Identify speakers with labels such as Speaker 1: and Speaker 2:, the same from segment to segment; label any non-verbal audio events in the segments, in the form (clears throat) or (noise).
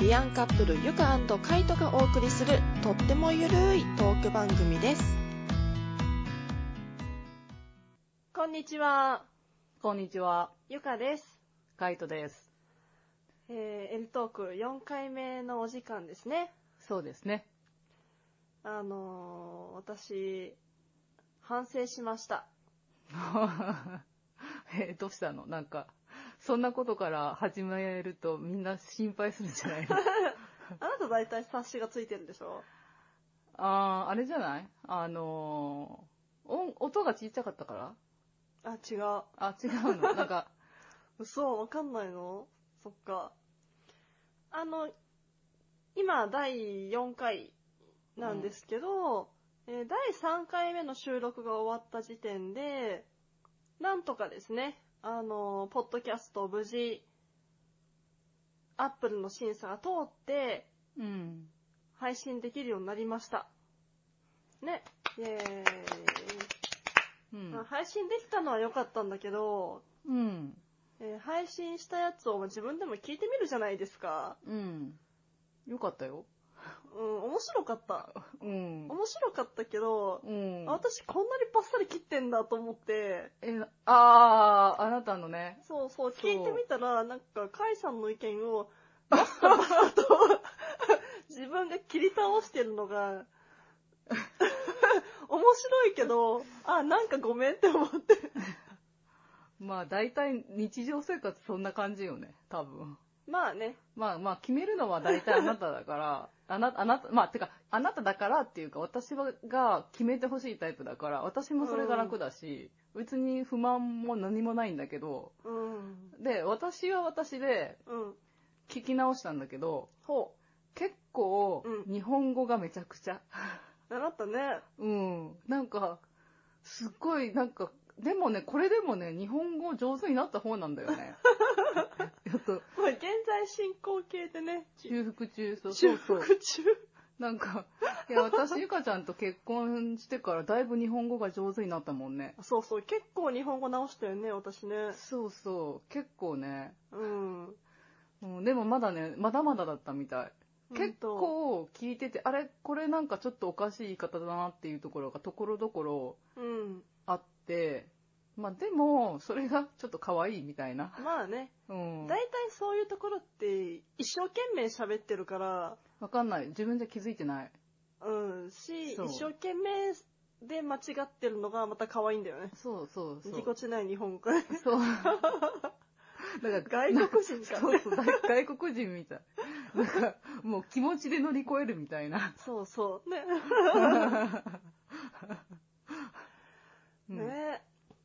Speaker 1: ビアンカップルゆかカイトがお送りするとってもゆるいトーク番組ですこんにちは
Speaker 2: こんにちは、
Speaker 1: ゆかです、
Speaker 2: カイトです。
Speaker 1: えー、L トーク4回目のお時間ですね
Speaker 2: そうですね。 (laughs)
Speaker 1: あのー、私反省しました
Speaker 2: え、どうしたのなんか、そんなことから始めるとみんな心配するんじゃない
Speaker 1: (laughs)
Speaker 2: の
Speaker 1: あなた大体察しがついてるでしょ
Speaker 2: あー、あれじゃないあのー、音、音が小さかったから
Speaker 1: あ違う
Speaker 2: あ、違う
Speaker 1: (laughs)
Speaker 2: の。なんか、
Speaker 1: 嘘わかんないのそっか。あの、今、第4回なんですけど、えー第3回目の収録が終わった時点で、なんとかですね、あの、ポッドキャストを無事、アップルの審査が通って、
Speaker 2: うん。
Speaker 1: 配信できるようになりました。ね。イェーイ。
Speaker 2: うん
Speaker 1: まあ。配信できたのは良かったんだけど、
Speaker 2: うん。
Speaker 1: えー配信したやつを自分でも聞いてみるじゃないですか。
Speaker 2: うん。よかったよ。
Speaker 1: うん、面白かった。
Speaker 2: うん。
Speaker 1: 面白かったけど、
Speaker 2: うん
Speaker 1: あ。私こんなにバッサリ切ってんだと思って、
Speaker 2: え、あー、あなたのね。
Speaker 1: そうそう、
Speaker 2: そう
Speaker 1: 聞いてみたら、なんか、カイさんの意見を、バッサバッサ
Speaker 2: (laughs)
Speaker 1: と、自分が切り倒してるのが、面白いけど、あ、なんかごめんって思って。
Speaker 2: まあ大体日常生活そんな感じよね。多分。
Speaker 1: まあね、
Speaker 2: まあまあ決めるのは大体あなただから、 (laughs) あなた、あなた、まあてか、あなただからっていうか私はが決めてほしいタイプだから、私もそれが楽だし、別に不満も何もないんだけど、
Speaker 1: うん、
Speaker 2: で、私は私で
Speaker 1: うん、
Speaker 2: 聞き直したんだけど、
Speaker 1: ほ
Speaker 2: 結構
Speaker 1: う
Speaker 2: 日本語がめちゃくちゃ。
Speaker 1: う、習ったね。
Speaker 2: うん。なんか、すっごいなんか、でもね、これでもね、日本語上手になった方なんだよ
Speaker 1: (laughs)
Speaker 2: ね。ちょっと、
Speaker 1: まあ、現在進行形でね、
Speaker 2: 修復中、そうそ
Speaker 1: 修
Speaker 2: うそう。
Speaker 1: 復中。
Speaker 2: なんか、いや、私、ゆかちゃんと結婚してから、だいぶ日本語が上手になったもんね。
Speaker 1: そうそう、結構日本語直したよね、私ね。
Speaker 2: そうそう、結構ね。
Speaker 1: うん。
Speaker 2: うん、でもまだね、まだまだだったみたい。
Speaker 1: ほ
Speaker 2: 結
Speaker 1: んと、
Speaker 2: 構聞いてて、あれ、これなんかちょっとおかしい言い方だなっていうところがところどころ
Speaker 1: うん。
Speaker 2: あって、まあでも、それがちょっと可愛いみたいな。
Speaker 1: まあね、
Speaker 2: うん
Speaker 1: 大。体そういうところって一生懸命喋ってるから、
Speaker 2: わかんない。自分じゃ気づいてない。
Speaker 1: うん、し、
Speaker 2: そう
Speaker 1: 一生懸命で間違ってるのがまた可愛いんだよね。
Speaker 2: そうそうそう。
Speaker 1: ぎこちない日本
Speaker 2: (laughs)
Speaker 1: 語。外
Speaker 2: そう。だから
Speaker 1: 国人か
Speaker 2: そうそう、 (laughs) 外外国人みたい。なんか、もう気持ちで乗り越えるみたいな。
Speaker 1: そうそう。ね。
Speaker 2: うん
Speaker 1: ね。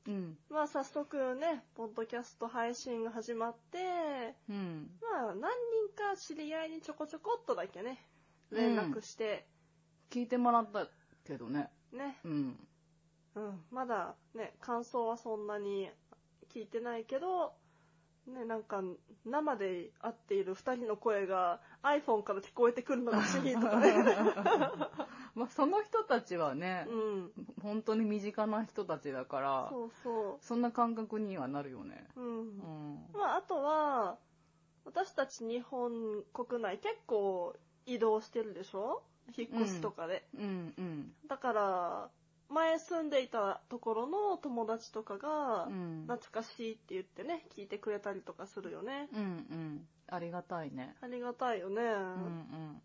Speaker 2: うん。
Speaker 1: まあ早速ね、ポッドキャスト配信が始まって、
Speaker 2: うん。
Speaker 1: まあ何人か知り合いにちょこちょこっとだけね、連絡して、
Speaker 2: 聞いてもらったけどね。
Speaker 1: ね。
Speaker 2: うん。
Speaker 1: うん、まだね、感想はそんなに聞いてないけど、ね、なんか生で会っている2人の声が iPhone から聞こえてくるのが不思議とか
Speaker 2: (laughs)
Speaker 1: ね。
Speaker 2: まあ、その人たちはね、
Speaker 1: うん。
Speaker 2: 本当に身近な人たちだから、
Speaker 1: そうそ
Speaker 2: そんな感覚にはなるよね。
Speaker 1: う。う。
Speaker 2: うんん。
Speaker 1: まあ、あとは、私たち日本国内結構移動してるでしょ引っ越しとかで。
Speaker 2: うん、うん。
Speaker 1: だから、前住んでいたところの友達とかが
Speaker 2: う、ん。
Speaker 1: 懐かしいって言ってね、聞いてくれたりとかするよね。
Speaker 2: うん、うん。ありがたいね。
Speaker 1: ありがたいよね。
Speaker 2: うん、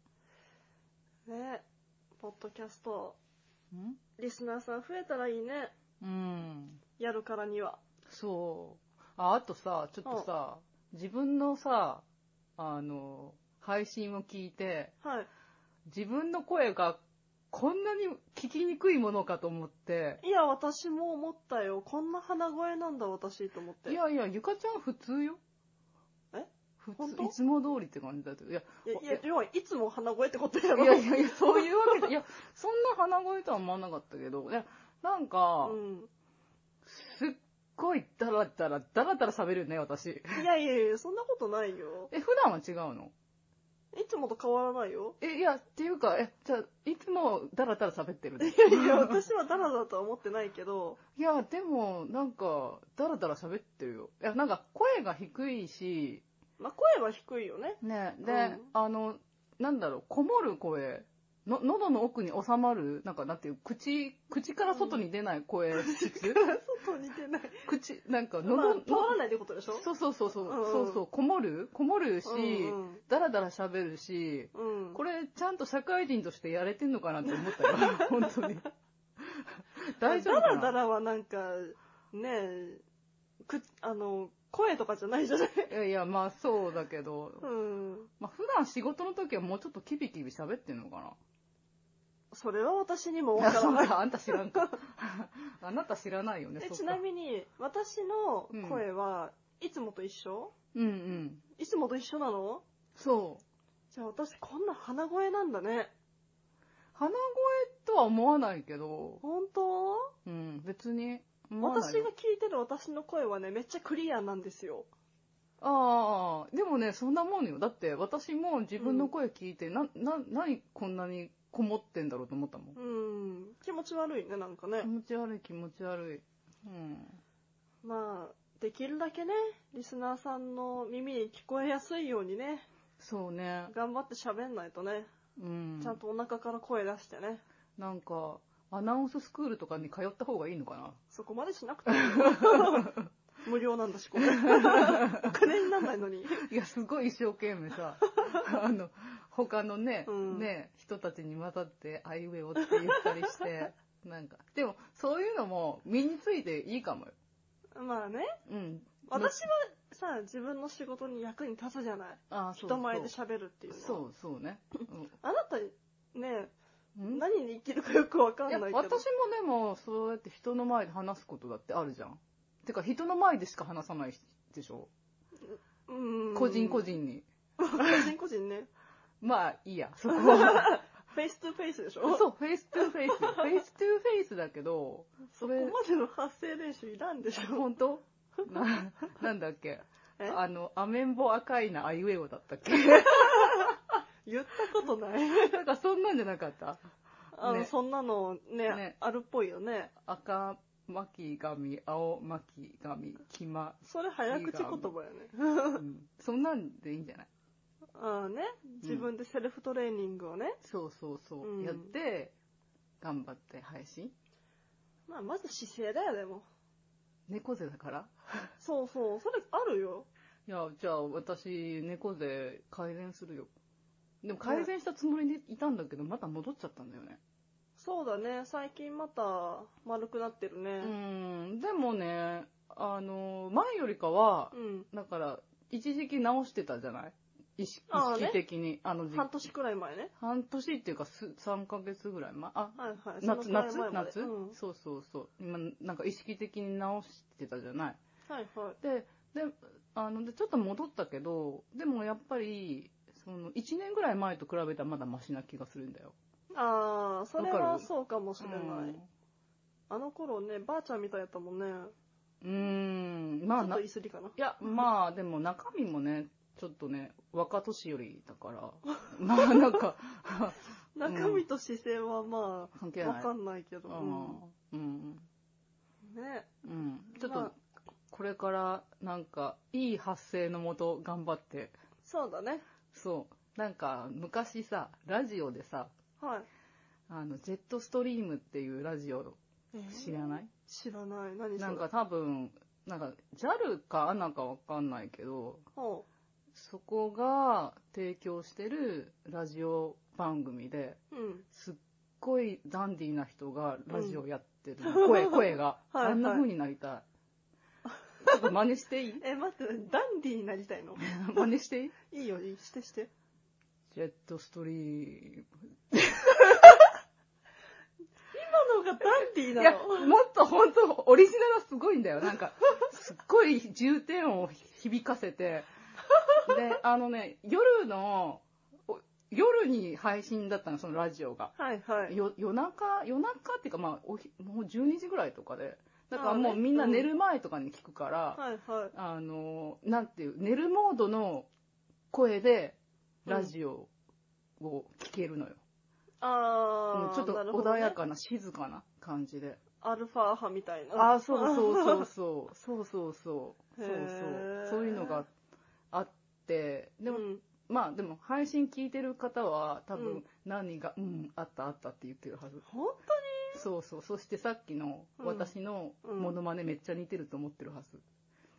Speaker 1: ねポッドキャスト、
Speaker 2: うん。
Speaker 1: リスナーさん増えたらいいね。
Speaker 2: うん。
Speaker 1: やるからには。
Speaker 2: そう。あ、あとさ、ちょっとさ、自分のさ、あの、配信を聞いて、
Speaker 1: はい。
Speaker 2: 自分の声がこんなに聞きにくいものかと思って、
Speaker 1: いや、私も思ったよ。こんな鼻声なんだ、私、と思って。
Speaker 2: いやいや、ゆかちゃん普通よ。
Speaker 1: え
Speaker 2: 普通
Speaker 1: 本当
Speaker 2: いつも通りって感じだけど。いや、
Speaker 1: (laughs) いや、いや、要はいつも鼻声ってことや
Speaker 2: い
Speaker 1: ろ。
Speaker 2: やいやいや、そういうわけで、いや、そんな鼻声とは思わなかったけど、いや、なんか、
Speaker 1: うん。
Speaker 2: すっごいダラダラ、ダラダラ喋るよね、私。
Speaker 1: いやいやいや、そんなことないよ。
Speaker 2: え、普段は違うの
Speaker 1: いつもと変わらない
Speaker 2: (laughs)
Speaker 1: よ。
Speaker 2: え、いや、っていうか、え、じゃあ、いつもダラダラ喋ってる
Speaker 1: (laughs)
Speaker 2: の
Speaker 1: いやいや、私はダラダラとは思ってないけど。
Speaker 2: いや、でも、なんか、だらだら喋ってるよ。いや、なんか、声が低いし、
Speaker 1: うまあ、声は低いよ
Speaker 2: (laughs)
Speaker 1: ね。
Speaker 2: ねで、
Speaker 1: うん
Speaker 2: あの、なんだろう、こもる声、の、喉の奥に収まる、なんか、なんていう、口、口から外に出ない声質、
Speaker 1: 外に出ない。
Speaker 2: 口、なんか、喉、
Speaker 1: まあ、
Speaker 2: の
Speaker 1: 通らないってことでしょ
Speaker 2: そうそうそうそう、
Speaker 1: うんうん
Speaker 2: そうそう、こもるこもるし、
Speaker 1: うん
Speaker 2: だらだら喋るし、
Speaker 1: うん。うん
Speaker 2: これ、ちゃんと社会人としてやれてんのかなって思った
Speaker 1: (laughs)
Speaker 2: よ。本当に。大丈夫
Speaker 1: ダ
Speaker 2: か
Speaker 1: ラ
Speaker 2: な
Speaker 1: ダラはなんか、ねえ、く、あの、声とかじゃないじゃ
Speaker 2: (laughs)
Speaker 1: ない
Speaker 2: いやいや、まあそうだけど、
Speaker 1: うん。
Speaker 2: まあ普段仕事の時はもうちょっとキビキビ喋ってんのか
Speaker 1: それは私にも
Speaker 2: な
Speaker 1: わからない。
Speaker 2: あんた知らんか。 (laughs) あなた知らないよね、
Speaker 1: え
Speaker 2: そっか
Speaker 1: ちなみに、私の声はいつもと一緒、
Speaker 2: うんうん。
Speaker 1: いつもと一緒なの
Speaker 2: そう。
Speaker 1: じゃあ私こんな鼻声なんだね。
Speaker 2: 鼻声とは思わないけど、
Speaker 1: 本当
Speaker 2: うん、別に思わない
Speaker 1: 私
Speaker 2: よ。
Speaker 1: が聞いてる私の声はね、めっちゃクリアなんですよ。
Speaker 2: ああ、でもね、そんなもんよ。だって私も自分の声聞いて、な、な、何こんなにこもってんだろうと思ったもん。
Speaker 1: うん。気持ち悪いね、なんかね
Speaker 2: 気。持ち悪い気持ち悪い。うん。
Speaker 1: まあ、できるだけね、リスナーさんの耳に聞こえやすいようにね、
Speaker 2: そうね。
Speaker 1: 頑張って喋んないとね、
Speaker 2: うん。
Speaker 1: ちゃんとお腹から声出してね。
Speaker 2: なんか、アナウンススクールとかに通った方がいいのかな
Speaker 1: そこまでしな
Speaker 2: (laughs)
Speaker 1: くても。無料なんだし、これ。お金になんないのに。
Speaker 2: いや、すごい一生懸命
Speaker 1: (laughs)
Speaker 2: さ、あの、他のね、
Speaker 1: うん
Speaker 2: ね、人たちに混ざって、あいうえおって言ったり
Speaker 1: (laughs)
Speaker 2: して、なんか、でも、そういうのも身についていいかもよ。
Speaker 1: まあね、
Speaker 2: うん。
Speaker 1: 私はさ、自分の仕事に役に立つじゃない。
Speaker 2: あそう
Speaker 1: 人前で喋るっていうのは。
Speaker 2: そう、そうね。
Speaker 1: あなた、ね、
Speaker 2: うん
Speaker 1: 何に生きるかよくわかん
Speaker 2: い
Speaker 1: な
Speaker 2: や
Speaker 1: いけど。
Speaker 2: 私もでも、そうやって人の前で話すことだってあるじゃん。てか、人の前でしか話さないでしょ。
Speaker 1: うん
Speaker 2: 個人個。人に。
Speaker 1: 個人個人ね。
Speaker 2: まあ、
Speaker 1: (laughs)
Speaker 2: いいや、そこは。
Speaker 1: フェイストゥフェイスでしょ
Speaker 2: そう、フェイストゥフェイス。フェイストゥフェイスだけど、そ
Speaker 1: そこ
Speaker 2: れ、
Speaker 1: までの発声練習いらんでしょ
Speaker 2: (laughs) 本当な、なんだっけ
Speaker 1: え
Speaker 2: あの、アメンボ赤いなあいうえおだったっけ (laughs)
Speaker 1: 言ったことない。
Speaker 2: なんかそんなんじゃなかった
Speaker 1: あの、
Speaker 2: ね
Speaker 1: そんなのね
Speaker 2: ね
Speaker 1: あるっぽいよね。
Speaker 2: 赤巻き髪、青巻き髪、きま、
Speaker 1: それ早口言葉よね。
Speaker 2: うん、そんなんでいいんじゃない
Speaker 1: ああね、自分でセルフトレーニングをね。
Speaker 2: そうそうそう。
Speaker 1: うん
Speaker 2: やって、頑張って配信
Speaker 1: まあ、まず姿勢だよ、でも。
Speaker 2: 猫背だから
Speaker 1: そうそう、それあるよ。
Speaker 2: いや、じゃあ私、猫背改善するよ。でも改善したつもりでいたんだけど、また戻っちゃったんだよね。
Speaker 1: そうだね、最近また丸くなってる
Speaker 2: う
Speaker 1: ね。
Speaker 2: ん、でもね、あの、前よりかは、
Speaker 1: うん。
Speaker 2: だから、一時期直してたじゃない意識
Speaker 1: ああね
Speaker 2: 意識的に。あの時期
Speaker 1: 半年くらい前ね。
Speaker 2: 半年っていうか、す3ヶ月ぐらい前。あ、
Speaker 1: はいはい。
Speaker 2: 夏、
Speaker 1: そのくらい
Speaker 2: 夏
Speaker 1: 前まで
Speaker 2: 夏、
Speaker 1: うん
Speaker 2: そうそうそう。今、なんか意識的に直してたじゃない
Speaker 1: はいはい。
Speaker 2: で、で、あの、で、ちょっと戻ったけど、でもやっぱり、その、1年ぐらい前と比べたらまだマシな気がするんだよ。
Speaker 1: ああ、それ
Speaker 2: わか
Speaker 1: は
Speaker 2: る
Speaker 1: そうかもしれない。
Speaker 2: うん
Speaker 1: あの頃ね、ばあちゃんみたいやったもんね。
Speaker 2: うーん、
Speaker 1: ち
Speaker 2: ま
Speaker 1: ょ
Speaker 2: あ
Speaker 1: っ
Speaker 2: な、
Speaker 1: と
Speaker 2: い
Speaker 1: 言い過ぎかな。
Speaker 2: や、まあ、でも中身もね、ちょっとね、若年寄りだ
Speaker 1: (laughs)
Speaker 2: から、まあなんか、
Speaker 1: 中身と姿勢はま
Speaker 2: 関
Speaker 1: あ、
Speaker 2: 係
Speaker 1: わ
Speaker 2: ない
Speaker 1: か。んないけど。
Speaker 2: うん。うん。
Speaker 1: うんね。
Speaker 2: うん。ちょっ
Speaker 1: ま
Speaker 2: と
Speaker 1: あ、
Speaker 2: これから、なんか、いい発声のもと頑張って。
Speaker 1: そうだね。
Speaker 2: そう。なんか、昔さ、ラジオでさ、
Speaker 1: はい。
Speaker 2: あの、ジェットストリームっていうラジオ知らないい、
Speaker 1: 知らない。何それ
Speaker 2: なんか多分、なんか、JAL か ANA かわかんないけど、
Speaker 1: ほ
Speaker 2: そこが提供してるラジオ番組で、
Speaker 1: う。うん。
Speaker 2: すっごいダンディーな人がラジオやってる。
Speaker 1: うん
Speaker 2: 声、声が。
Speaker 1: (laughs) はいはい
Speaker 2: あんな風になりたい。ちょっと真似してい (laughs) い
Speaker 1: え、待って、ダンディーになりたいの
Speaker 2: 真似してい
Speaker 1: い
Speaker 2: い
Speaker 1: いよ、いいしてして。
Speaker 2: ジェットストリ
Speaker 1: 今のがダンディー
Speaker 2: ーム。い
Speaker 1: な
Speaker 2: や、
Speaker 1: の。
Speaker 2: もっと本当オリジナルはすごいんだよ。なん (laughs) か、すっごい重低音を響かせて。で、あのね、夜の、お夜に配信だったの、そのラジオが。
Speaker 1: はいはい。
Speaker 2: よ夜中、夜中っていうか、まあ、おひもう12時ぐらいとかで。だから
Speaker 1: あーね
Speaker 2: もうみんな寝る前とかに聞くから、
Speaker 1: はいはい。
Speaker 2: あの、なんていう、寝るモードの声で、ラジオを聴けるのよ。う
Speaker 1: あ
Speaker 2: ん
Speaker 1: ー、
Speaker 2: ちょっと
Speaker 1: なるほど
Speaker 2: 穏
Speaker 1: ね
Speaker 2: や。かな、静かな感じで。
Speaker 1: アルファ派みたいな。
Speaker 2: ああ、
Speaker 1: (laughs)
Speaker 2: そうそうそうそう。そうそうそう。そうそう。そういうのがあっって、でも、
Speaker 1: うん
Speaker 2: まあでも配信聞いてる方は多
Speaker 1: う
Speaker 2: 分
Speaker 1: ん
Speaker 2: 何が、うん、あったあったって言ってるはず。
Speaker 1: 本
Speaker 2: そうそう。そしてさっきの
Speaker 1: うん
Speaker 2: 私の
Speaker 1: うん
Speaker 2: モノマネめっちゃ似てると思ってるはず。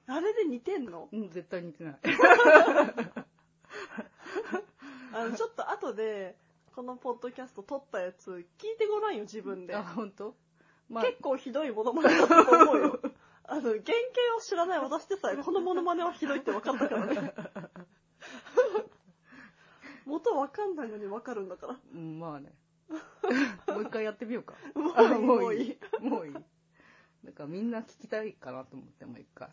Speaker 1: 当あれで似てんの
Speaker 2: うん、絶対似てない。
Speaker 1: あの、ちょっと後で、このポッドキャスト撮ったやつ、聞いてごらんよ、自分で。
Speaker 2: あ、本当まあ、
Speaker 1: 結構ひどいモノマネだったと思うよ。あの、原型を知らない私でさえ、このモノマネはひどいって分かったから
Speaker 2: (laughs)
Speaker 1: ね。元分かんないのに分かるんだから。
Speaker 2: うん、まあ
Speaker 1: (laughs)
Speaker 2: ね。もう一回やってみようか。
Speaker 1: もういい、
Speaker 2: も
Speaker 1: も
Speaker 2: う
Speaker 1: う
Speaker 2: い
Speaker 1: い
Speaker 2: い
Speaker 1: い。。
Speaker 2: もういい。だからみんな聞きたいかなと思って、もう一回。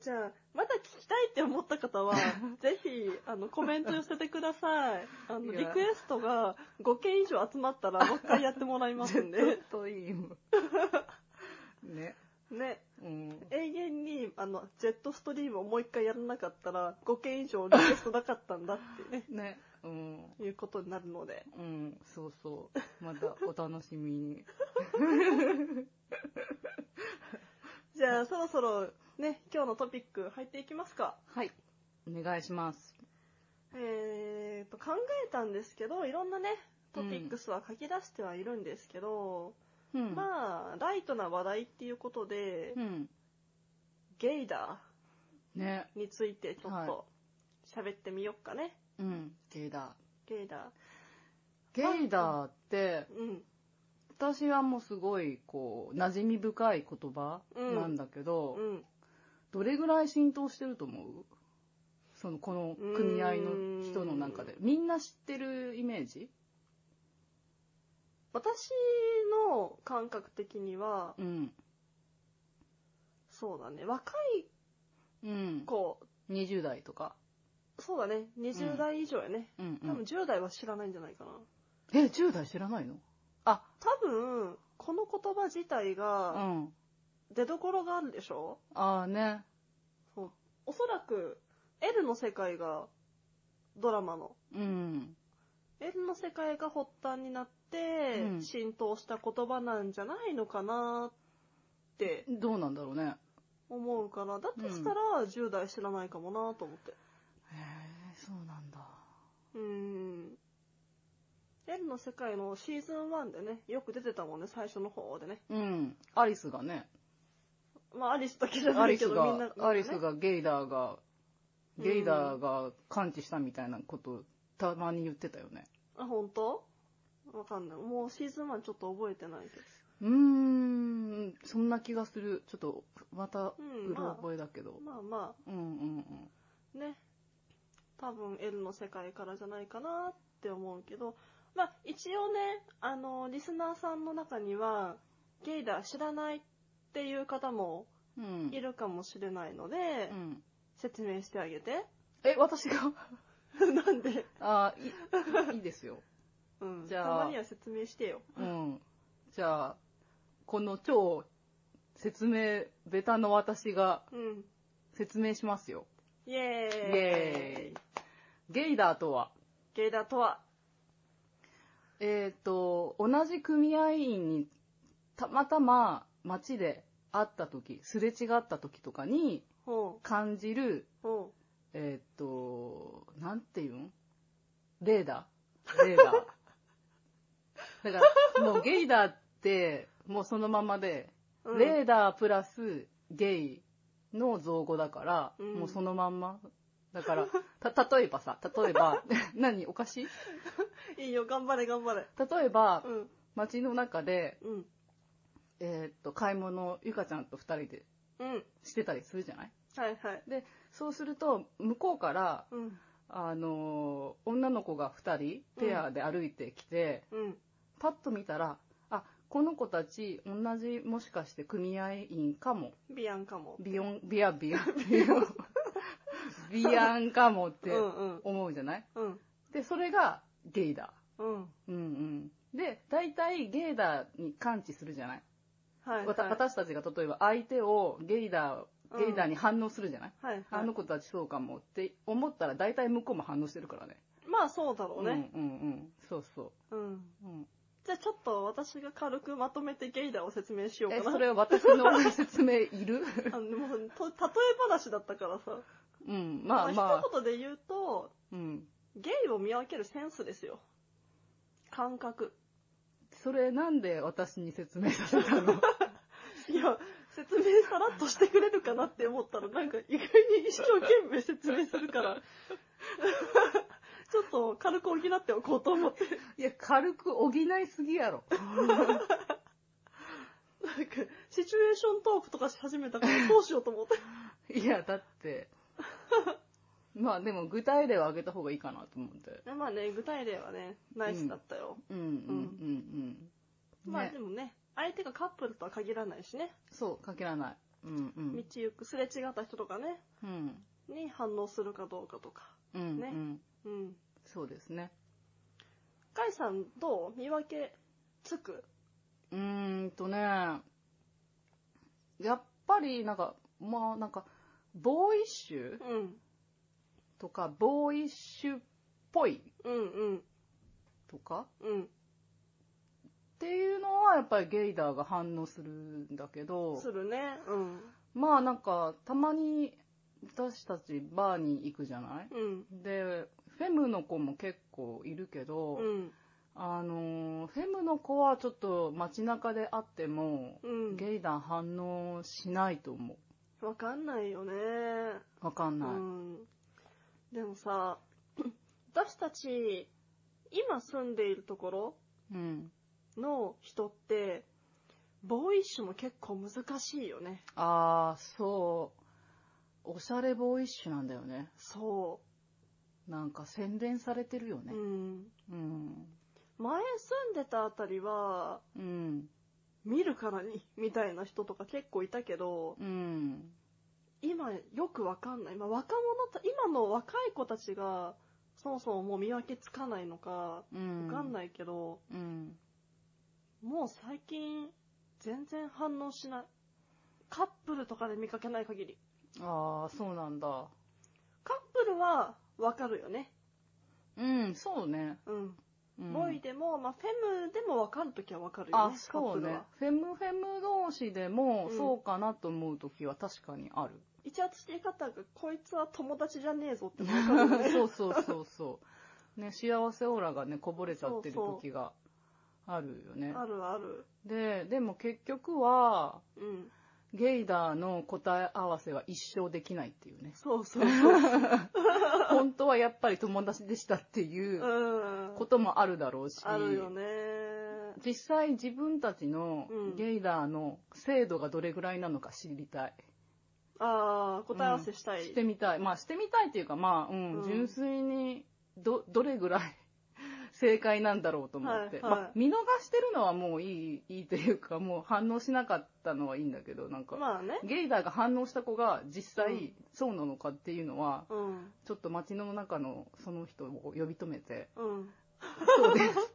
Speaker 1: じゃあ、まだ聞きたいって思った方は、ぜひ、あの、コメント寄せてください。あの、
Speaker 2: いや
Speaker 1: リクエストが5件以上集まったら、もう一回やってもらいますん
Speaker 2: 絶
Speaker 1: で。
Speaker 2: 対いいもん (laughs) ね。
Speaker 1: ね。
Speaker 2: うん。
Speaker 1: 永遠に、あの、ジェットストリームをもう一回やらなかったら、5件以上リクエストなかったんだってね、
Speaker 2: ね。うん。
Speaker 1: いうことになるので。
Speaker 2: うん、そうそう。またお楽しみに。
Speaker 1: じゃあ、そろそろ、ね、今日のトピック入っていきますか。
Speaker 2: (laughs) はい。お願いします。
Speaker 1: えーと、考えたんですけど、いろんなね、トピックスは書き出してはいるんですけど、
Speaker 2: うん。
Speaker 1: まあ、ライトな話題っていうことで、
Speaker 2: うん。
Speaker 1: ゲイダ
Speaker 2: ね。
Speaker 1: ーについてちょっと喋ってみよっかね。
Speaker 2: うん。ゲイダ
Speaker 1: ゲイダ
Speaker 2: ー。ゲイダーって
Speaker 1: ー。、うん。
Speaker 2: 私はもうすごい、こう、馴染み深い言葉なんだけど、
Speaker 1: うん。
Speaker 2: どれぐらい浸透してると思うその、この組合の人の中で。みんな知ってるイメージ
Speaker 1: 私の感覚的には、
Speaker 2: うん。
Speaker 1: そうだね、若
Speaker 2: うん
Speaker 1: い。子、
Speaker 2: 20代とか。
Speaker 1: そうだね、20代以上やね。
Speaker 2: うん、う
Speaker 1: 多分
Speaker 2: ん。
Speaker 1: 10代は知らないんじゃないかな。
Speaker 2: え、10代知らないのあ、
Speaker 1: 多分、この言葉自体
Speaker 2: う
Speaker 1: が、
Speaker 2: ん。
Speaker 1: 出どころがあるでしょ
Speaker 2: ああね。
Speaker 1: そうおそらく、L の世界が、ドラマの。
Speaker 2: うん。
Speaker 1: L の世界が発端になって、
Speaker 2: うん
Speaker 1: 浸透した言葉なんじゃないのかなって
Speaker 2: どうなんだろうね。
Speaker 1: 思うから、だとしたら10代知らないかもなと思って。
Speaker 2: へえ、そうなんだ。
Speaker 1: うーん。L の世界のシーズン1でね、よく出てたもんね、最初の方でね。
Speaker 2: うん。アリスがね、
Speaker 1: まあ、アリスだけじゃ
Speaker 2: ア
Speaker 1: な
Speaker 2: リ
Speaker 1: いけ
Speaker 2: ス
Speaker 1: ど、みんな、
Speaker 2: が、アリ
Speaker 1: み
Speaker 2: ス
Speaker 1: んなね
Speaker 2: がゲイダーが、ゲイダーが感知したみたいなこと、たまに言ってたよね。
Speaker 1: あ、本当？わかんない。もうシーズン1ちょっと覚えてないけど。
Speaker 2: うーん、そんな気がする。ちょっと、また、う
Speaker 1: うん
Speaker 2: ろ覚えだけど。
Speaker 1: まあま
Speaker 2: うんうん
Speaker 1: あ、ね。多分 L の世界からじゃないかなって思うけど、まあ一応ね、あの、リスナーさんの中には、ゲイダー知らないっていう方も
Speaker 2: うん。うん。
Speaker 1: いるかもしれないので、
Speaker 2: うん。
Speaker 1: 説明してあげて。 (laughs)
Speaker 2: え、私が (laughs)
Speaker 1: なんで、
Speaker 2: あーいい、いいですよ。
Speaker 1: うん、
Speaker 2: じ
Speaker 1: じ
Speaker 2: ゃ
Speaker 1: ゃ
Speaker 2: あ
Speaker 1: あ。たまには説明してよ。
Speaker 2: うん。じゃあ、この超、説明、ベタの私が
Speaker 1: うん。
Speaker 2: 説明しますよ。
Speaker 1: イエーイ。
Speaker 2: イエーイゲイダーとは、
Speaker 1: ゲイダーとは。
Speaker 2: えっ、と、同じ組合員にたまたま街で会った時、すれ違った時とかに
Speaker 1: ほ
Speaker 2: 感じる、
Speaker 1: う。ほ
Speaker 2: えっ、と、なんていうんレーダーレーダー。だから、もうゲイダーって、もうそのままで、
Speaker 1: う。うん、
Speaker 2: レーダープラスゲイの造語だから、
Speaker 1: うん
Speaker 2: もうそのまんま。だ
Speaker 1: (laughs)
Speaker 2: から、た、例えばさ、例えば、 (laughs) 何おかしい
Speaker 1: いいよ、頑張れ、頑張れ。
Speaker 2: 例えば
Speaker 1: う、ん。
Speaker 2: 街の中で、
Speaker 1: うん。
Speaker 2: えーっと、買い物をゆかちゃんと二人で
Speaker 1: うん。
Speaker 2: してたりするじゃない
Speaker 1: はいはい。
Speaker 2: そうすると、向こうから、
Speaker 1: うん。
Speaker 2: あのー女の子が二人、ペアで歩いてきて、
Speaker 1: うん。
Speaker 2: パッと見たら、あ、この子たち、同じ、もしかして組合員かも。
Speaker 1: ビアンかも。
Speaker 2: ビヨン、ビアビヨン、ビヨン、ビアンかもって
Speaker 1: うんうん。
Speaker 2: 思うじゃない
Speaker 1: うん。
Speaker 2: で、それがゲイだ。
Speaker 1: うん。
Speaker 2: うんうん。で、大体ゲイダーに感知するじゃない
Speaker 1: はい、はい。
Speaker 2: わた私たちが例えば相手をゲイダー、ゲイダーに反応するじゃない、
Speaker 1: はい、はい。
Speaker 2: あの子たちそうかもって思ったら大体向こうも反応してるからね。
Speaker 1: まあそうだろうね。
Speaker 2: うんうんうん。そうそ
Speaker 1: うん。
Speaker 2: う。うん、
Speaker 1: じゃあちょっと私が軽くまとめてゲイダーを説明しよう
Speaker 2: え、
Speaker 1: か
Speaker 2: そ
Speaker 1: な。
Speaker 2: れ私の説明い
Speaker 1: (laughs)
Speaker 2: る
Speaker 1: あのもうと例え話だったからさ。
Speaker 2: うん、まあまあ
Speaker 1: 一。言で言うと、
Speaker 2: うん。
Speaker 1: ゲイを見分けるセンスですよ。感覚。
Speaker 2: それなんで私に説明させたの
Speaker 1: いや、説明さらっとしてくれるかなって思ったら、なんか意外に一生懸命説明する
Speaker 2: (laughs)
Speaker 1: から、ちょっと軽く補っておこうと思って、
Speaker 2: いや、軽く補いすぎやろ。 (laughs)
Speaker 1: なんか、シチュエーショントークとかし始めたからどうしようと思って。
Speaker 2: いや、だって。まあでも具体例を挙げた方がいいかなと思って。
Speaker 1: (laughs) まあね、具体例はね、ナイスだったよ。
Speaker 2: うんうんうんうん。
Speaker 1: まあ
Speaker 2: ね
Speaker 1: でもね、相手がカップルとは限らないしね、
Speaker 2: そう、かけらない。うんう
Speaker 1: 道
Speaker 2: ん。
Speaker 1: 行くすれ違った人とかね、
Speaker 2: うん。
Speaker 1: に反応するかどうかとか。
Speaker 2: うん、
Speaker 1: ね
Speaker 2: うん。
Speaker 1: うん。
Speaker 2: そうですね。
Speaker 1: カイさん、どう見分けつく
Speaker 2: うーんとね、やっぱりなんか、まあなんか、ボーイッシュ
Speaker 1: うん。
Speaker 2: とか、ボーイッシュっぽい
Speaker 1: うんうん。
Speaker 2: とか
Speaker 1: うん。
Speaker 2: っていうのはやっぱりゲイダーが反応するんだけど
Speaker 1: す、るね。うん。
Speaker 2: まあなんか、たまに私たちバーに行くじゃない
Speaker 1: うん。
Speaker 2: で、フェムの子も結構いるけど、
Speaker 1: うん。
Speaker 2: あのー、フェムの子はちょっと街中で会っても、
Speaker 1: うん。
Speaker 2: ゲイダー反応しないと思
Speaker 1: わかんないよね。
Speaker 2: う。わかん
Speaker 1: う
Speaker 2: ない。
Speaker 1: ん。でもさ、 (clears throat) 私たち、今住んでいるところ
Speaker 2: うん。
Speaker 1: の人って、ボーイッシュも結構難しいよね。
Speaker 2: ああ、そう。おしゃれボーイッシュなんだよね。
Speaker 1: そ
Speaker 2: なんか洗練されてるよ
Speaker 1: う。
Speaker 2: ね
Speaker 1: う。ん。
Speaker 2: うん。
Speaker 1: 前住んでたあたりは、
Speaker 2: うん。
Speaker 1: 見るからに、みたいな人とか結構いたけど、
Speaker 2: うん。
Speaker 1: 今よくわかんない。まあ若者た、今の若い子たちが、そもそももう見分けつかないのか、
Speaker 2: うん。
Speaker 1: わかん
Speaker 2: い。
Speaker 1: ないけど、
Speaker 2: うん。
Speaker 1: もう最近、全然反応しない。カップルとかで見かけない限り。
Speaker 2: ああ、そうなんだ。
Speaker 1: カップルはわかるよね。
Speaker 2: うん、そうね。
Speaker 1: うん。
Speaker 2: うん、
Speaker 1: ボイでも、まあ、フェムでもわかるときはわかるよ
Speaker 2: あ
Speaker 1: ね。、
Speaker 2: そう
Speaker 1: カップル
Speaker 2: ね
Speaker 1: は。
Speaker 2: フェムフェム同士でも
Speaker 1: うん、
Speaker 2: そうかなと思うときは確かに
Speaker 1: (laughs)
Speaker 2: ある。
Speaker 1: 一発して方が、こいつは友達じゃねえぞってわかるよね。
Speaker 2: そうそうそうそう。ね、幸せオーラがね、こぼれちゃってるときがあるよね。
Speaker 1: (laughs) あるある。
Speaker 2: で、でも結局は、
Speaker 1: うん。。
Speaker 2: ゲイダーの答え合わせは一生できないっていうね
Speaker 1: そうそうそう。
Speaker 2: 本当はやっぱり友達でしたっていう
Speaker 1: うん。
Speaker 2: こともあるだろうし、
Speaker 1: あるよね。
Speaker 2: 実際自分たちの
Speaker 1: うん
Speaker 2: ゲイダーの精度がどれぐらいなのか知りたい。
Speaker 1: ああ、答え合わせしたい。
Speaker 2: してみたい。まあしてみたいっていうか、まあ、うん、
Speaker 1: うん
Speaker 2: 純粋にど、どれぐらい (laughs) 正解なんだろうと思って。
Speaker 1: はいはい
Speaker 2: まあ見逃してるのはもういい、いいというか、もう反応しなかったのはいいんだけど、なんか、
Speaker 1: まあね。
Speaker 2: ゲイダーが反応した子が実
Speaker 1: う
Speaker 2: 際
Speaker 1: ん
Speaker 2: そうなのかっていうのは、
Speaker 1: うん。
Speaker 2: ちょっと街の中のその人を呼び止め
Speaker 1: (laughs)
Speaker 2: て、
Speaker 1: うん。
Speaker 2: そうです。